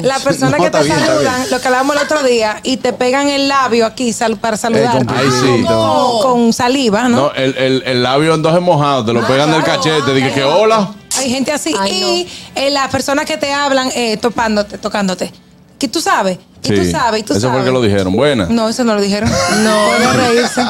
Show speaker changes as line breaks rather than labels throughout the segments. La persona
No,
que te
está bien, está
saludan,
bien.
lo que hablábamos el otro día, y te pegan el labio aquí sal- para saludarte.
Ay, sí.
Con- Con saliva, ¿no?
Eh, No, el, el, el labio en dos es mojado, te lo pegan del cachete, dije que hola.
Hay gente así.
Ay,
y eh, las personas que te hablan eh, topándote, tocándote. Que tú sabes, y tú
Sí.
sabes, y tú
Eso
sabes.
fue que lo dijeron, buena.
No, eso no lo dijeron. No. Puede reírse.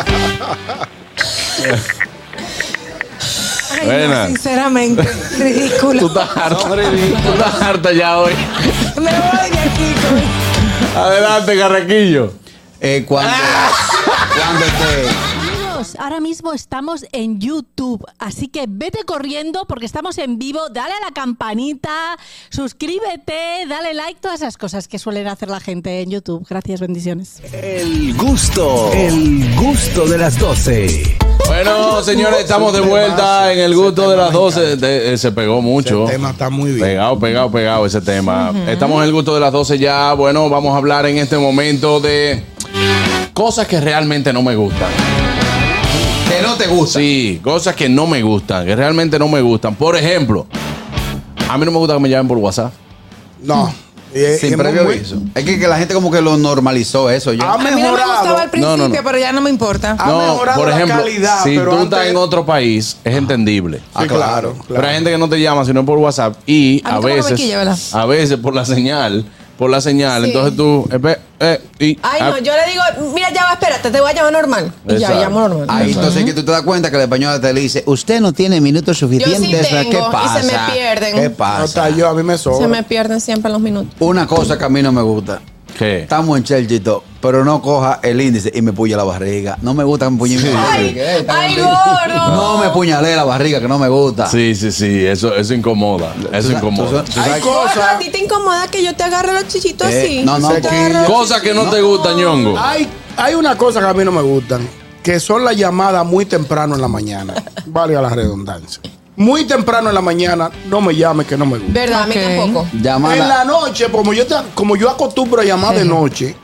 Ay, no,
Buena.
sinceramente,
Tú
ridículo.
estás harta, tú estás harta ya hoy.
Me voy de aquí. coño.
Adelante, Carraquillo.
Eh, cuando, cuando te.
Amigos, ahora mismo estamos en YouTube, así que vete corriendo porque estamos en vivo, dale a la campanita, suscríbete, dale like, todas esas cosas que suelen hacer la gente en YouTube. Gracias, bendiciones.
El gusto, el gusto de las 12.
Bueno, señores, estamos de vuelta en el gusto de las 12. De- eh, se pegó mucho.
Ese tema está muy bien.
Pegado, pegado, pegado ese tema. Estamos en el gusto de las 12 ya. Bueno, vamos a hablar en este momento de cosas que realmente no me gustan.
Que no te gusta.
Sí, cosas que no me gustan, que realmente no me gustan. Por ejemplo, a mí no me gusta que me llamen por WhatsApp.
No. Y
Eh,
es-
Sin
es
previo
muy-
aviso. Es que, que la gente como que lo normalizó eso. Yo,
Ha
Ah,
A mí no me
mejorado.
gustaba al principio,
No, no, no.
pero ya no me importa.
Ha mejorado la calidad,
si
pero
tú
antes-
estás en otro país, es entendible.
Sí, claro, claro.
Pero hay gente que no te llama sino por WhatsApp y
A mí
a,
tampoco me
veces
quilla, ¿verdad?
a veces por la señal, por la señal,
Sí.
entonces tú espe- eh, y-
Ay, no,
ah,
yo le digo, mira, ya va, espérate, te voy a llamar normal. Y ya,
Exacto.
llamo normal.
ahí entonces es que tú te das cuenta que la española te dice, usted no tiene minutos suficientes.
Yo sí tengo,
¿Qué
y se
pasa?
me pierden.
¿Qué
No
pasa?
está yo, a mí me sobra.
Se me pierden siempre los minutos.
Una cosa que a mí no me gusta.
¿qué?
Estamos en Chelchito, pero no coja el índice y me puya la barriga. No me gusta que me puñe mi barriga. Eh,
ay,
también.
gordo.
No me puñalé la barriga, que no me gusta.
Sí, sí, sí, eso eso incomoda, eso
Tú sa-
incomoda.
tú sa- tú
Hay
sabes-
Gordo,
cosas.
¿A ti te incomoda que yo te agarre los chichitos
Eh,
así?
no, no,
Yo te
porque-
agarro los
Cosas que no, te gustan, ñongo.
Hay, hay una cosa que a mí no me gustan, que son las llamadas muy temprano en la mañana. Valga la redundancia. Muy temprano en la mañana, no me llames que no me gusta.
Verdad, a mí
Ok.
tampoco.
En
Llamada.
la noche, como yo, te- como yo acostumbro a llamar de noche,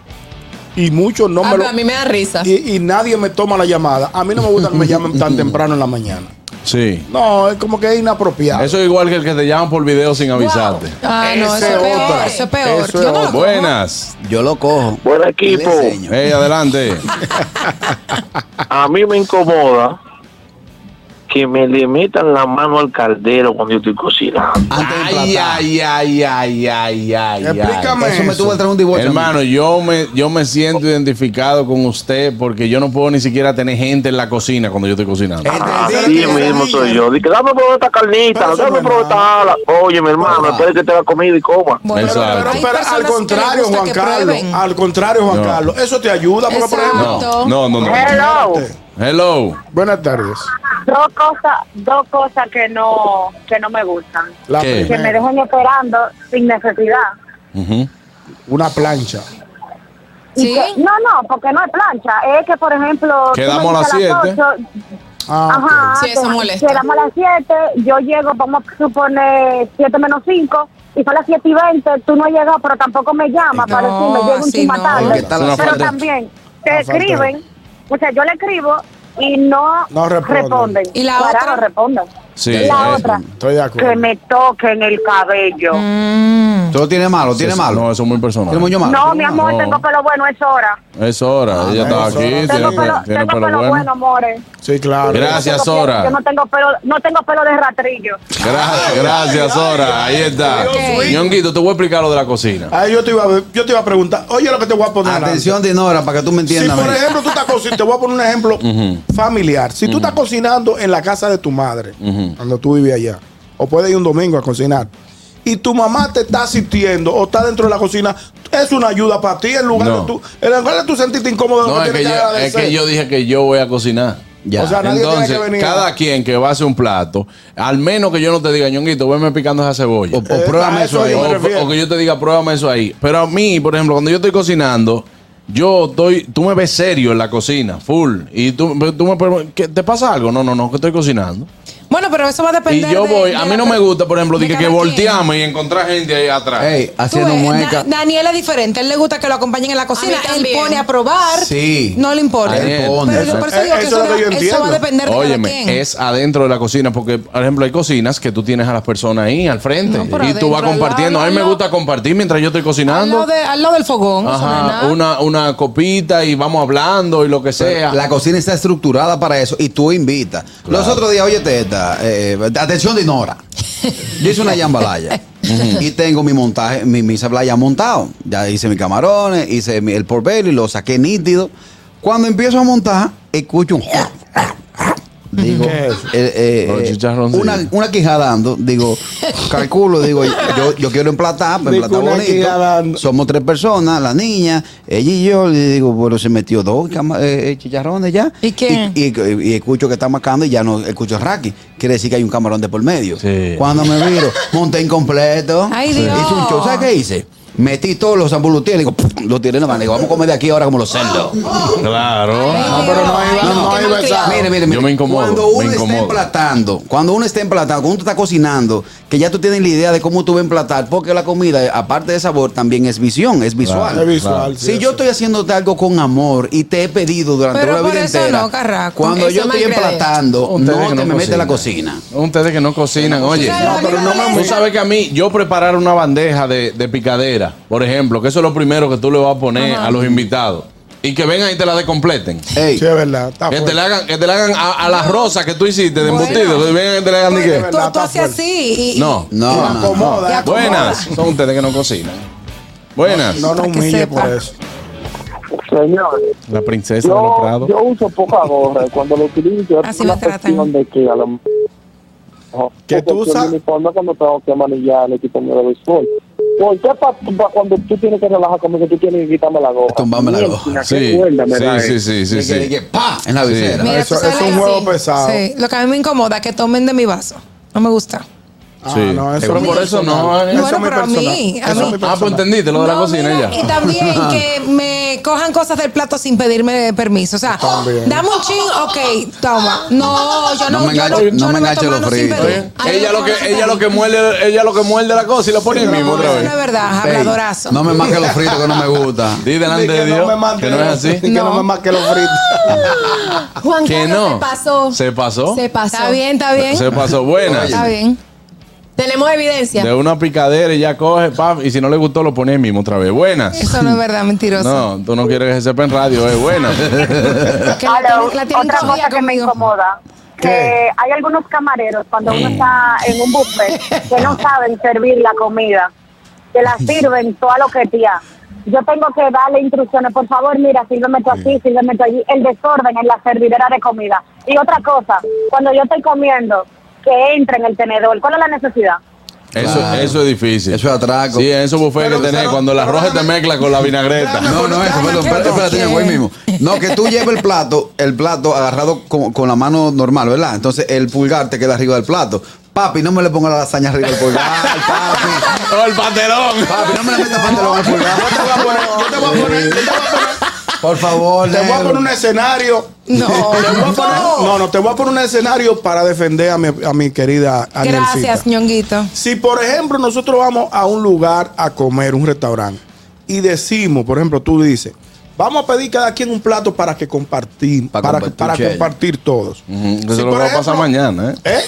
y muchos no
Ah,
me
pero
lo...
a mí me da risa.
Y, y nadie me toma la llamada. A mí no me gusta que me llamen tan temprano en la mañana.
Sí.
No, es como que es inapropiado.
Eso es igual que el que te llaman por video sin avisarte.
Ah, no, eso
Ese
es
es
peor.
otra.
Eso es peor.
Eso es
Yo no lo
otra.
Buenas.
Yo lo cojo.
Buen
y
equipo,
le enseño.
Hey, adelante.
a mí me incomoda que me le metan la mano al caldero cuando yo estoy cocinando.
Antes de
Ay,
emplatar.
ay, ay, ay, ay, ay.
Explícame.
Eso me
Eso.
tuvo que traer un divorcio.
Hermano, yo me, yo me siento identificado con usted porque yo no puedo ni siquiera tener gente en la cocina cuando yo estoy cocinando.
Entendí
Así
que
mismo
esa
soy
niña-
yo. Dije, dame probar esta carnita,
Pero eso no
dame
es
probar esta ala. Oye, mi hermano, espera que te la comida y coma.
Bueno,
Pero, pero,
hay
pero
personas
al
que les
contrario,
gusta
Juan
que
Carlos.
prueben.
Al contrario, Juan
No.
Carlos. Eso te ayuda. Porque, por ejemplo, Este,
No, no, no, no.
Hello.
Hello.
buenas tardes.
Dos cosas, dos cosas que no, que no me gustan.
La
¿Qué?
Que me
primera,
dejen esperando sin necesidad.
Ujú.
una plancha.
Y
¿Sí?
que- no, no, porque no es plancha. Es que, por ejemplo, tú me
Quedamos a las
dices
siete.
ocho,
Ah, ok.
Ajá.
Sí, eso
te-
molesta.
Quedamos a las 7, yo llego, vamos a suponer 7 menos 5, y son las 7 y 20, tú no has llegado, pero tampoco me llamas
No,
para decirme, llego un
así
chima
no.
tarde.
Porque está la
Pero
falta-
también te
la falta de-
escriben, o sea, yo le escribo y no,
No responden.
¿Y la
Claro,
otra?
no responden.
Sí,
Y
eh,
la otra,
Estoy de acuerdo.
que me toquen el cabello.
Mm.
Todo tiene malo, tiene
Eso-
malo.
No, eso es muy
Tiene mucho
personal.
malo.
No, mi amor,
Ah, no.
tengo pelo bueno, es hora.
Es hora. Ella
Ah,
estaba
es
aquí.
hora.
Tiene,
Tengo pelo,
pe- tiene
tengo
pelo bueno.
amores.
Sí, claro.
Gracias,
Tengo pie- Yo
Sora.
no tengo pelo, no tengo pelo de ratrillo.
Gra- gracias, Sora. Ahí está.
Ok.
Ñonguito, te voy a explicar lo de la cocina.
Ahí yo te, iba a, ver- yo te iba a preguntar. Oye, lo que te voy a poner.
Atención, Dinora, para que tú me
Si
entiendas.
por
mira.
ejemplo tú estás cocinando, te voy a poner un ejemplo familiar. Si tú estás cocinando en la casa de tu madre, cuando tú vivías allá, o puedes ir un domingo a cocinar, y tu mamá te está asistiendo o está dentro de la cocina, es una ayuda para ti en lugar
No.
de tú, en lugar de tú sentirte incómodo, lo
No, es que,
tienes
yo, es
agradecer.
que yo dije que yo voy a cocinar.
Ya.
O sea, nadie tiene
Entonces,
que venir.
cada quien que va a hacer un plato, al menos que yo no te diga, ñonguito, venme picando esa cebolla.
O- o pruébame
Eh, a
eso
eso
ahí.
yo me
O-
refiero.
o, que yo te diga, pruébame eso ahí. Pero a mí, por ejemplo, cuando yo estoy cocinando, yo estoy, tú me ves serio en la cocina, full. Y tú, tú me preguntas, ¿qué- ¿te pasa algo? No, no, no, que estoy cocinando.
Bueno, pero eso va a
Y
depender.
yo
de-
voy,
de
a
la
mí no
per-
me gusta, por ejemplo,
de
dije que
cada quien.
volteamos y encontrar gente ahí atrás.
Ey,
Tú
haciendo
ves, Da-
mueca.
Daniel es diferente, él le gusta que lo acompañen en la cocina, él
también.
pone a probar,
Sí.
no le importa.
A él pone.
Pero yo por eso
Eh,
digo que
eso
eso,
es lo que yo
va- eso
entiendo.
va a depender de cada quien.
Óyeme, es adentro de la cocina, porque, por ejemplo, hay cocinas que tú tienes a las personas ahí al frente
No, pero
y tú
adentro,
vas
al lado,
compartiendo. a mí me
al lado.
gusta compartir mientras yo estoy
al,
cocinando.
lado de- al lado del fogón, eso no es
Ajá,
nada.
una, una copita y vamos hablando y lo que sea.
La cocina está estructurada para eso y tú invitas. Los otros días, oye, esta, eh, atención de Nora. Yo hice una jambalaya y tengo mi montaje, mi misa playa montado. Ya hice mis camarones, hice mi- el portobello y lo saqué nítido. Cuando empiezo a montar, escucho un. Digo,
¿Qué es eso?
eh, eh,
Los
eh,
chicharroncitos.
una, una quijada dando, digo, calculo, digo, yo, yo quiero emplatar, pero
Digo,
emplatar
una quijada
bonito.
dando.
Somos tres personas, la niña, ella y yo. Le digo, pero se metió dos cama- eh, eh, chicharrones ya.
¿Y qué?
Y, y- y escucho que está marcando y ya no escucho raqui. Quiere decir que hay un camarón de por medio.
Sí.
Cuando me miro, monté incompleto.
Ay,
Sí.
Dios.
Hice un show. ¿Sabes qué hice? Metí todos los ambulutiers, digo, los tiré en la mano. Digo, vamos a comer de aquí ahora como los cerdos.
Claro.
No, pero no hay, no, hay besado.
Mire, mire,
Yo
mire.
me incomodo,
Cuando
me
uno
incomodo.
está emplatando, cuando uno está emplatando, cuando uno está cocinando, que ya tú tienes la idea de cómo tú vas a emplatar, porque la comida, aparte de sabor, también es visión, es visual.
Es visual, sí,
Si yo
eso.
estoy haciéndote algo con amor y te he pedido durante
Pero
una
por
vida
eso
entera,
no, carraco.
cuando
Eso
yo
es
estoy
más grave.
emplatando,
Ustedes
no
que
te me metes a la
cocinan.
cocina.
Ustedes que no cocinan, oye.
cocinan. No, pero no me
Tú
molesta.
sabes que a mí, yo preparar una bandeja de, de picadera, por ejemplo, que eso es lo primero que tú le vas a poner a los invitados. Y que vengan y te la descompleten.
Ey,
Sí, es verdad. Está
Que te
fuerte.
la hagan, que te la hagan a, a las rosas que tú hiciste de
Bueno.
embutido. Que vengan y te la hagan de
Tú-
que.
Bueno.
tú,
verdad,
tú
está
haces
fuerte.
así y, y-
No.
no, no, no.
Acomoda.
Ah, Ya,
acomoda.
Buenas. Son ustedes que no cocinan. Buenas.
No nos
Para que
humille
sepa.
por eso.
Señor,
La princesa de los
yo,
prados.
yo uso poca gorra y cuando lo utilizo es
Así
una
me tratan.
cuestión de que a lo mejor
Que tú
porque
sa-
el uniforme cuando tengo que manillar el equipo mío de béisbol. ¿Por qué para cuando tú tienes que relajar conmigo tú tienes que quitarme la gorra?
Tumbarme la
Mierda,
gorra.
qué
Sí,
cuerda me da
sí, sí,
eso.
sí, sí,
Que- que-
sí.
que pa, en la
Sí.
visera.
Mira,
Eso-
tú sabes
es un
que
juego pesado.
Sí, lo que a mí me incomoda que tomen de mi vaso. No me gusta.
Ah,
Sí.
no,
Pero
eso es
por
muy
eso
personal.
no. eh.
Eso es
Bueno,
muy
pero a mí, a
personal. Eso es
mí.
muy
Ah, pues
personal.
entendiste lo de la
No,
cocina
mira,
ya.
Y también que me cojan cosas del plato sin pedirme permiso. O sea,
También.
dame un chin, ok, toma. No, yo
No
no,
me
yo
enganche-
yo
no me
meto
enganche los
mano sin
fritos.
¿Eh?
pedir. Ay,
Ella
no,
lo que,
no,
ella lo que muerde, ella lo que muerde la cosa y la pone ahí mismo otra
No, eso no es
vez.
verdad,
Ey,
habladorazo.
No me marques los fritos que no me gusta.
Di delante
Di que
de Dios
no me mande-
que no es así.
di Que no me marque los fritos.
Juan
Que
Carlos se
no.
pasó.
¿Se pasó?
Se pasó.
Está bien, está bien.
Se pasó buenas.
Está bien.
Tenemos evidencia.
De una picadera y ya coge, pam, y si no le gustó lo pone ahí mismo otra vez. Buenas.
Eso no es verdad, mentiroso.
No, tú no quieres que se sepa en radio, eh. es buena.
Que la
Aló,
tienen- la tienen
otra
cogida
cosa que me
conmigo.
incomoda. Que hay algunos camareros cuando uno está en un buffet que no saben servir la comida, que la sirven toda lo que tía. Yo tengo que darle instrucciones, por favor, mira, sírveme esto aquí, sírveme esto allí. El desorden en la servidera de comida. Y otra cosa, cuando yo estoy comiendo, que entre en el tenedor. ¿Cuál es la necesidad?
Eso,
Claro.
eso es difícil.
Eso es atraco.
Sí, en esos buffets que
Pero,
tenés,
pero-
cuando el arroz
pero-
te mezcla con la vinagreta.
Déjame-
No, no, eso, perdón,
¿Qué
espérate,
tú
espérate,
quieres?
voy mismo. No, que tú lleves el plato, el plato agarrado con, con la mano normal, ¿verdad? Entonces el pulgar te queda arriba del plato. Papi, no me le ponga la lasaña arriba del pulgar, papi.
¡Oh, el pantelón!
Papi, no me le metas pantalón al pulgar.
Yo te voy a poner- yo te voy a poner- yo te voy a poner-
Por favor,
Te voy a
negro.
poner un escenario.
No.
Te voy a poner- no, no, te voy a poner un escenario para defender a mi, a mi querida Anielcita.
Gracias, ñonguito.
Si, por ejemplo, nosotros vamos a un lugar a comer, un restaurante, y decimos, por ejemplo, tú dices, vamos a pedir cada quien un plato para que compartir,
Pa'
para, para
compartir,
compartir,
che.
todos.
Ujú, que
Si,
Eso es lo
por
que va a pasar
ejemplo,
mañana, ¿eh?
¿Eh?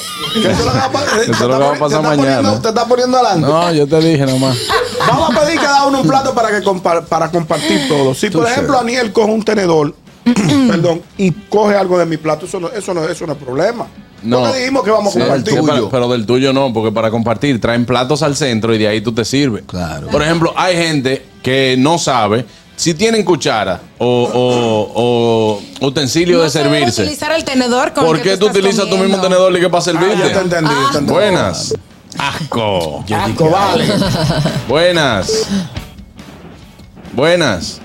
Que eso es lo que va a pasar-
Eso es
te
lo que va a
está poni- te
pasar
está poniendo-
mañana.
Te está poniendo adelante.
No, yo te dije nomás.
Vamos a pedir cada uno un plato para que compa- para compartir todo. Si por
Tú
ejemplo
sabes.
Aniel coge un tenedor, perdón, y coge algo de mi plato, eso no, eso no, eso no es problema. No.
No.
Porque dijimos que vamos
Sí,
a compartir.
pero- Pero, del tuyo no, porque para compartir traen platos al centro y de ahí tú te sirves.
Claro.
Por ejemplo, hay gente que no sabe si tienen cuchara o, o- o utensilio
No
de
se debe
servirse.
utilizar el tenedor con el
¿Por
que
qué tú
estás
utilizas tu mismo
comiendo?
tenedor y que para
Ah, ya te
servirte?
entendí. ya te entendí.
Buenas. Asco.
Asco, vale.
Buenas. Buenas.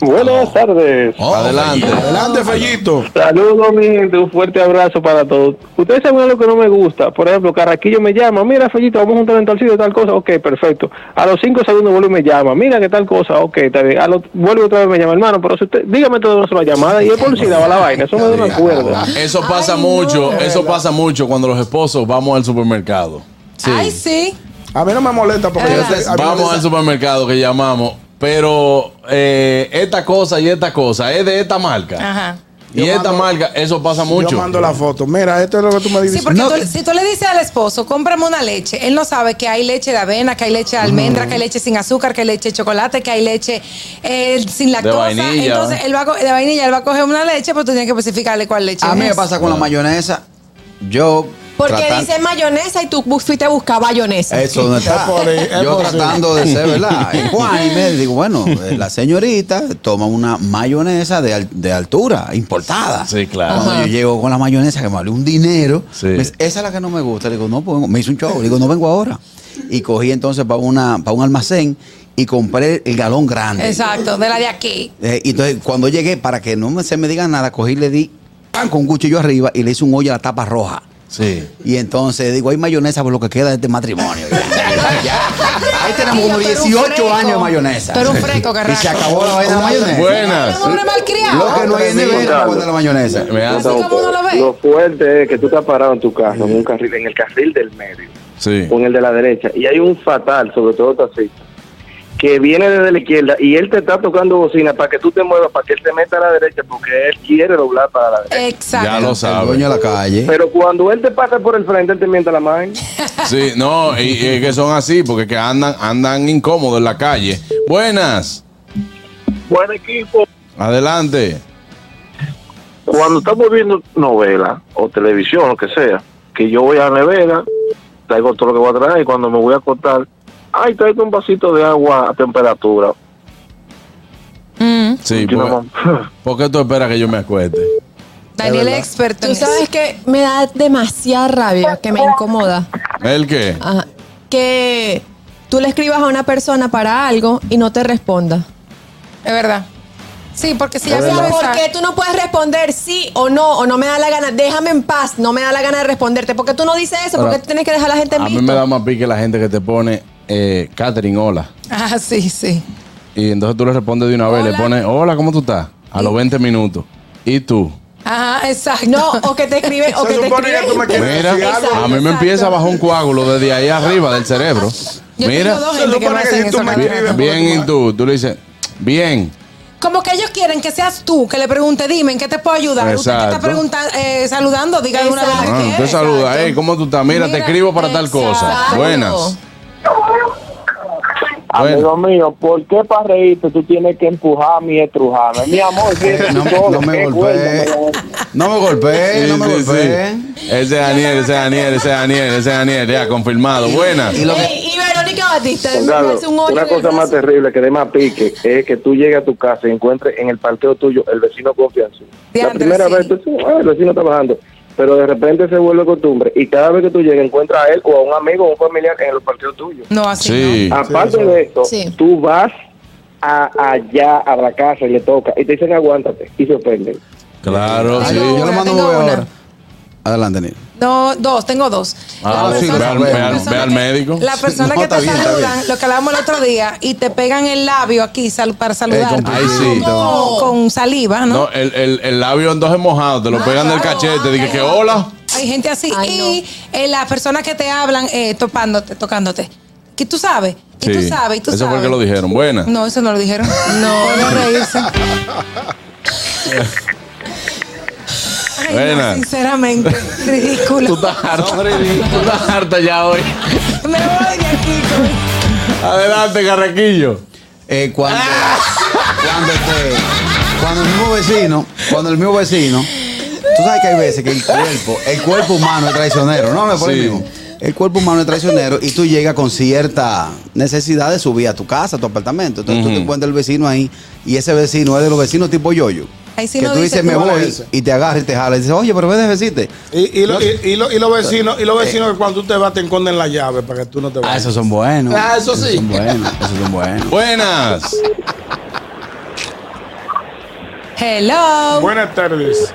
Buenas tardes.
Oh. Adelante.
Adelante, Fellito.
Saludos, mi gente. Un fuerte abrazo para todos. Ustedes saben lo que no me gusta. Por ejemplo, Carraquillo me llama. Mira, Fellito, vamos a juntar en tal sitio, tal cosa. Ok, perfecto. A los cinco segundos vuelve y me llama. Mira, que tal cosa. Ok, está bien. A los- vuelve otra vez me llama, hermano. Pero si usted, dígame todo una sola llamada. Y es por si daba la vaina. Eso me da un acuerdo.
Eso pasa
Ay, no.
mucho, eso pasa mucho cuando los esposos vamos al supermercado.
Ay, sí.
A mí no me molesta porque yo sé- a mí
Vamos
me-
al supermercado que llamamos, pero eh, esta cosa y esta cosa es de esta marca.
Ajá.
Y
Yo
esta
mando-
marca, eso pasa mucho.
Yo mando la foto. Mira, esto es lo que tú me
Sí,
dices.
porque tú- si tú le dices al esposo, cómprame una leche, él no sabe que hay leche de avena, que hay leche
Mm.
de almendra, que hay leche sin azúcar, que hay leche de chocolate, que hay leche eh, sin lactosa.
vainilla.
Entonces, él va a co- de vainilla, él va a coger una leche, pero tú tienes que especificarle cuál leche
A mí me
es.
pasa con la mayonesa. Yo.
Porque
tratan-
dice mayonesa y tú bu- fuiste a buscar
Eh.
bayonesa.
Eso no está.
Es por ahí, es
Yo
por ahí.
tratando de ser, ¿verdad? Ecuánime, digo, bueno, eh, la señorita toma una mayonesa de, al- de altura, importada.
Sí, claro.
Cuando
Ajá.
yo llego con la mayonesa que me vale un dinero,
Sí.
me dice, esa es la que no me gusta. Le digo, no, pues, me hizo un show. Le digo, no vengo ahora. Y cogí entonces para, una, para un almacén y compré el galón grande.
Exacto, de la de aquí.
Eh, y entonces, cuando llegué, para que no me- se me diga nada, cogí y le di pan con un cuchillo arriba y le hice un hoyo a la tapa roja.
Sí.
Y entonces digo, hay mayonesa por lo que queda de este matrimonio. Ya, ya. Ahí tenemos como
Tú eres un
18
freco.
años de mayonesa.
Tú eres un freco,
Y
carajo.
se acabó la vaina de la mayonesa.
Buenas.
Un hombre malcriado.
Lo que no hay en nevera para guardar la mayonesa.
Me
Así
hace-
como uno lo ve.
fuerte es que tú estás parado en tu carro, en, un carril, en el carril del medio.
Sí.
con el de la derecha. Y hay un fatal, sobre todo taxista, que viene desde la izquierda y él te está tocando bocina para que tú te muevas, para que él te meta a la derecha, porque él quiere doblar para la derecha.
Ya
Exacto.
lo
El dueño
sabe.
de la calle.
Pero cuando él te pasa por el frente, él te mienta la mano.
Sí, no, y, y que son así, porque que andan, andan incómodos en la calle. Buenas.
Buen equipo.
Adelante.
Cuando estamos viendo novela o televisión, lo que sea, que yo voy a la nevera, traigo todo lo que voy a traer y cuando me voy a cortar, ay, traigo un vasito de agua a temperatura.
Mm.
Sí,
Yo nada
porque,
más,
¿por qué tú esperas que yo me acueste?
Daniel es experto. en
Tú sabes
eso.
que me da demasiada rabia, que me incomoda.
¿El qué?
Ajá. Que tú le escribas a una persona para algo y no te responda.
Es verdad. Sí, porque si ya
O sea,
sabes.
¿por qué tú no puedes responder sí o no? O no me da la gana. Déjame en paz. No me da la gana de responderte. ¿Por qué tú no dices eso? ¿Por
Ahora,
qué tú tienes que dejar a la gente en
A mí
visto?
me da más pique la gente que te pone eh, Catherine, hola.
Ah, sí, sí.
Y entonces tú le respondes de una vez, le
Hola.
pones, hola, ¿cómo tú estás? A los 20 minutos. ¿Y tú?
Ajá, exacto.
No, o que te escribe, o
Se
que te
supone que tú me
escribe.
quieres
Mira,
decir algo.
a mí me
Exacto.
empieza bajo un coágulo desde ahí arriba del cerebro.
Yo
Mira,
tengo dos
Se
gente que me
supone que
hacen
si tú
eso.
me
Carlos.
escribes-
bien, bien, y tú, tú le dices, bien.
Como que ellos quieren que seas tú que le pregunte, dime, ¿en qué te puedo ayudar? Usted que está
Exacto.
preguntando, eh, saludando, diga de una vez.
Exacto.
lo que
Ah,
quiere.
te saluda,
Exacto.
hey, ¿cómo tú estás? Mira, te
Mira,
escribo para tal
exacto.
cosa. Buenas.
Amigo mío, ¿por qué para reírte tú tienes que empujarme y estrujarme? Mi amor, si eres
No,
tú solo,
no me
qué
golpeé.
cuerno, mi
No me
Sí,
golpeé, no me
sí, sí.
golpeé.
Ese es Daniel, ese es Daniel, ese es Daniel, ese es Daniel, ya confirmado. Buenas.
Y lo que-
Ey, y Verónica Batista,
amor.
me
Claro,
hace un hoyo
una
en el
cosa más
brazo.
terrible que de más pique es que tú llegues a tu casa y encuentres en el parqueo tuyo el vecino confianza. La
Diantre,
primera
sí.
vez tú dices, "Ah, el vecino está bajando, pero de repente se vuelve costumbre y cada vez que tú llegas encuentras a él o a un amigo o un familiar en el parqueo tuyo.
No, así
Sí.
Aparte de eso,
Sí.
tú vas a, allá a la casa y le toca y te dicen aguántate y se ofenden.
Claro,
Tengo
sí.
Sí, yo le
una,
mando un
tengo
bebé
una.
ahora. Adelante, Nil.
no. No, dos, tengo dos.
Ah,
La
sí,
persona-
ve al- ve
la
al-
persona
ve al
que-
médico.
La persona
No,
que
está
te
bien, está
saludan,
bien.
lo que hablábamos el otro día, y te pegan el labio aquí sal- para saludarte.
Ay, sí.
Con, con saliva, ¿Ah, ¿no?
No, el, el, el labio entonces mojado, te lo pegan del
claro.
cachete, dije que hola.
Hay gente así.
Ay,
y eh, las personas que te hablan eh, topándote, tocándote. Que tú sabes, y tú
Sí.
sabes, y tú
Eso
sabes.
fue que lo dijeron. Buenas.
No, eso no lo dijeron. No, Por no reírse. Ay, no,
Buena.
sinceramente,
Tú
ridículo.
estás harta. Tú estás harta ya hoy.
Me voy de aquí. coño.
Adelante, Carrequillo.
Eh, cuando, cuando, te- cuando el mismo vecino, cuando el mismo vecino, tú sabes que hay veces que el cuerpo, el cuerpo humano es traicionero, ¿no? Me pone
Sí.
el mismo. El cuerpo humano es traicionero y tú llegas con cierta necesidad de subir a tu casa, a tu apartamento. Entonces tú te encuentras el vecino ahí y ese vecino es de los vecinos tipo yoyo.
Ahí sí
que
no
tú
dice
dices, me
tú.
voy
Ese.
y te agarra y te jala y dices, oye, pero ve de decirte.
Y, y, lo- y, y lo- y los vecinos, y los vecinos que cuando tú te vas te esconden la llave para que tú no te
Ah,
vayas.
esos son buenos.
Ah, eso sí.
Esos son buenos, esos son buenos.
Buenas.
Hello.
Buenas tardes.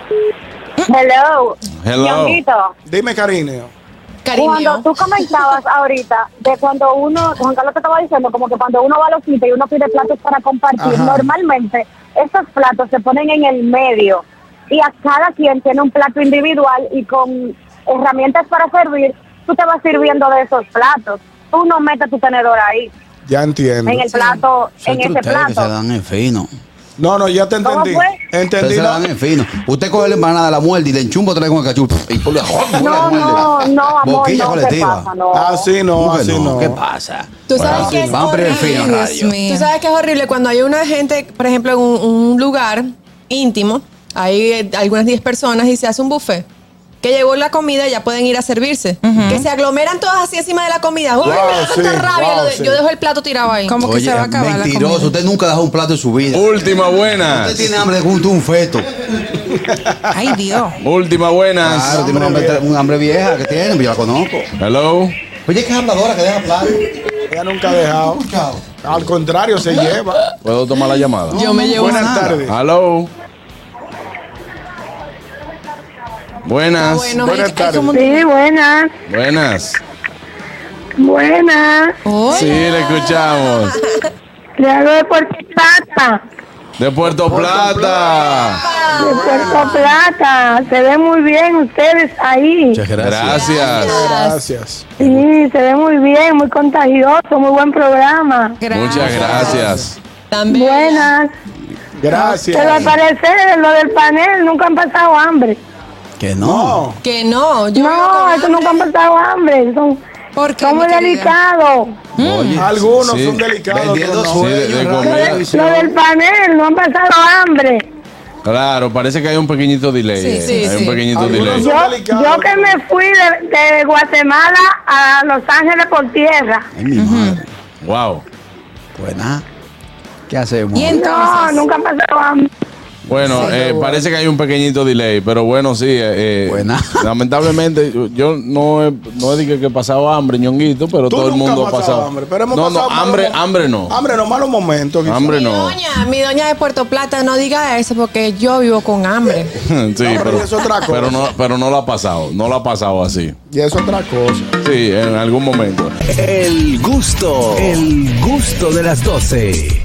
Hello.
Hello.
Ñonguito,
Dime, cariño.
Cuando
Cariño.
tú comentabas ahorita de cuando uno, Juan Carlos te estaba diciendo, como que cuando uno va a los sitios y uno pide platos para compartir,
Ajá.
normalmente esos platos se ponen en el medio y a cada quien tiene un plato individual y con herramientas para servir, tú te vas sirviendo de esos platos. Tú no metes tu tenedor ahí,
Ya entiendo.
en el plato,
Son
en ese
truteros que se
plato.
dan en fino.
No, no, ya te
¿Cómo
entendí.
fue?
Entendí.
Ustedes se
la-
dan en fino. Usted coge la empanada, la muerde y le enchumba otra vez con el cachupo. Y ponle a
No, no, no, amor,
Boquilla
no se
colectiva.
pasa, Ah, no.
Así Ah, no,
¿Cómo que
así no.
¿Qué pasa?
Tú sabes que es
Van a el
horrible.
fino,
Ay, Dios
radio.
mío.
Tú sabes que es horrible cuando hay una gente, por ejemplo, en un, un lugar íntimo, hay eh, algunas 10 personas y se hace un buffet. Que llegó la comida y ya pueden ir a servirse. Que se aglomeran todas así encima de la comida. ¡Uy,
Wow,
me da tanta
sí,
rabia!
wow,
Lo de-
sí.
Yo dejo el plato tirado ahí.
¿Cómo que
Oye,
se va a acabar la
mentiroso.
comida?
Usted nunca ha dejado un plato en su vida.
Última buena.
Usted tiene hambre junto a un feto.
Ay, Dios.
Última buena.
Claro, tiene un hambre, un hambre vieja que tiene, yo la conozco.
Hello.
Oye, que es habladora que deja plato.
Ella nunca ha dejado.
Chao.
Al contrario, se lleva.
¿Puedo tomar la llamada?
Yo me llevo
Buenas
nada.
tardes.
Hello. Buenas.
Bueno,
Buenas
hay- hay como un-
Sí, buenas,
Buenas.
buenas.
Hola.
Sí, le escuchamos.
Le hago de Puerto Plata.
De Puerto, Plata.
De Puerto Plata. Se ven muy bien ustedes ahí.
Muchas
Gracias.
Gracias.
Sí, se ve muy bien, muy contagioso, muy buen programa.
Muchas gracias.
También.
Buenas. Pero al
Gracias.
parecer, lo del panel nunca han pasado hambre.
Que no.
No.
Que no. Yo vivo con
No, eso
hambre.
nunca han pasado hambre. Son,
¿Por qué,
son muy
mi querida?
delicados.
Oye,
Algunos
Sí.
son delicados.
vendiendo
otros no.
Sí, de-
sueños.
de
radio.
comida.
Lo del panel, no han pasado hambre.
Claro, parece que hay un pequeñito delay.
Sí,
eh.
sí,
hay
sí.
un pequeñito
Algunos
delay.
son-
Yo,
delicados.
yo que me fui de, de Guatemala a Los Ángeles por tierra.
Ay, mi madre.
Wow.
Pues nada. ¿Qué hacemos?
Y entonces,
No, nunca han pasado hambre.
Bueno, eh, parece que hay un pequeñito delay, pero bueno, sí. eh, eh,
Buena.
Lamentablemente, yo- yo no, he- no dije que he pasado hambre, ñonguito, pero
Tú
todo el
nunca
mundo ha
has
pasado.
hambre, pero hemos
no,
pasado
no,
malos
hambre,
mo-
hambre no.
Hambre no, malos momentos. quizás.
Hambre
Mi
no.
doña, mi doña de Puerto Plata, no diga eso porque yo vivo con hambre.
sí,
pero
pero,
es otra cosa.
pero no, pero no la ha pasado, no la ha pasado así.
Y es otra cosa.
Sí, en algún momento.
El gusto, el gusto de las 12.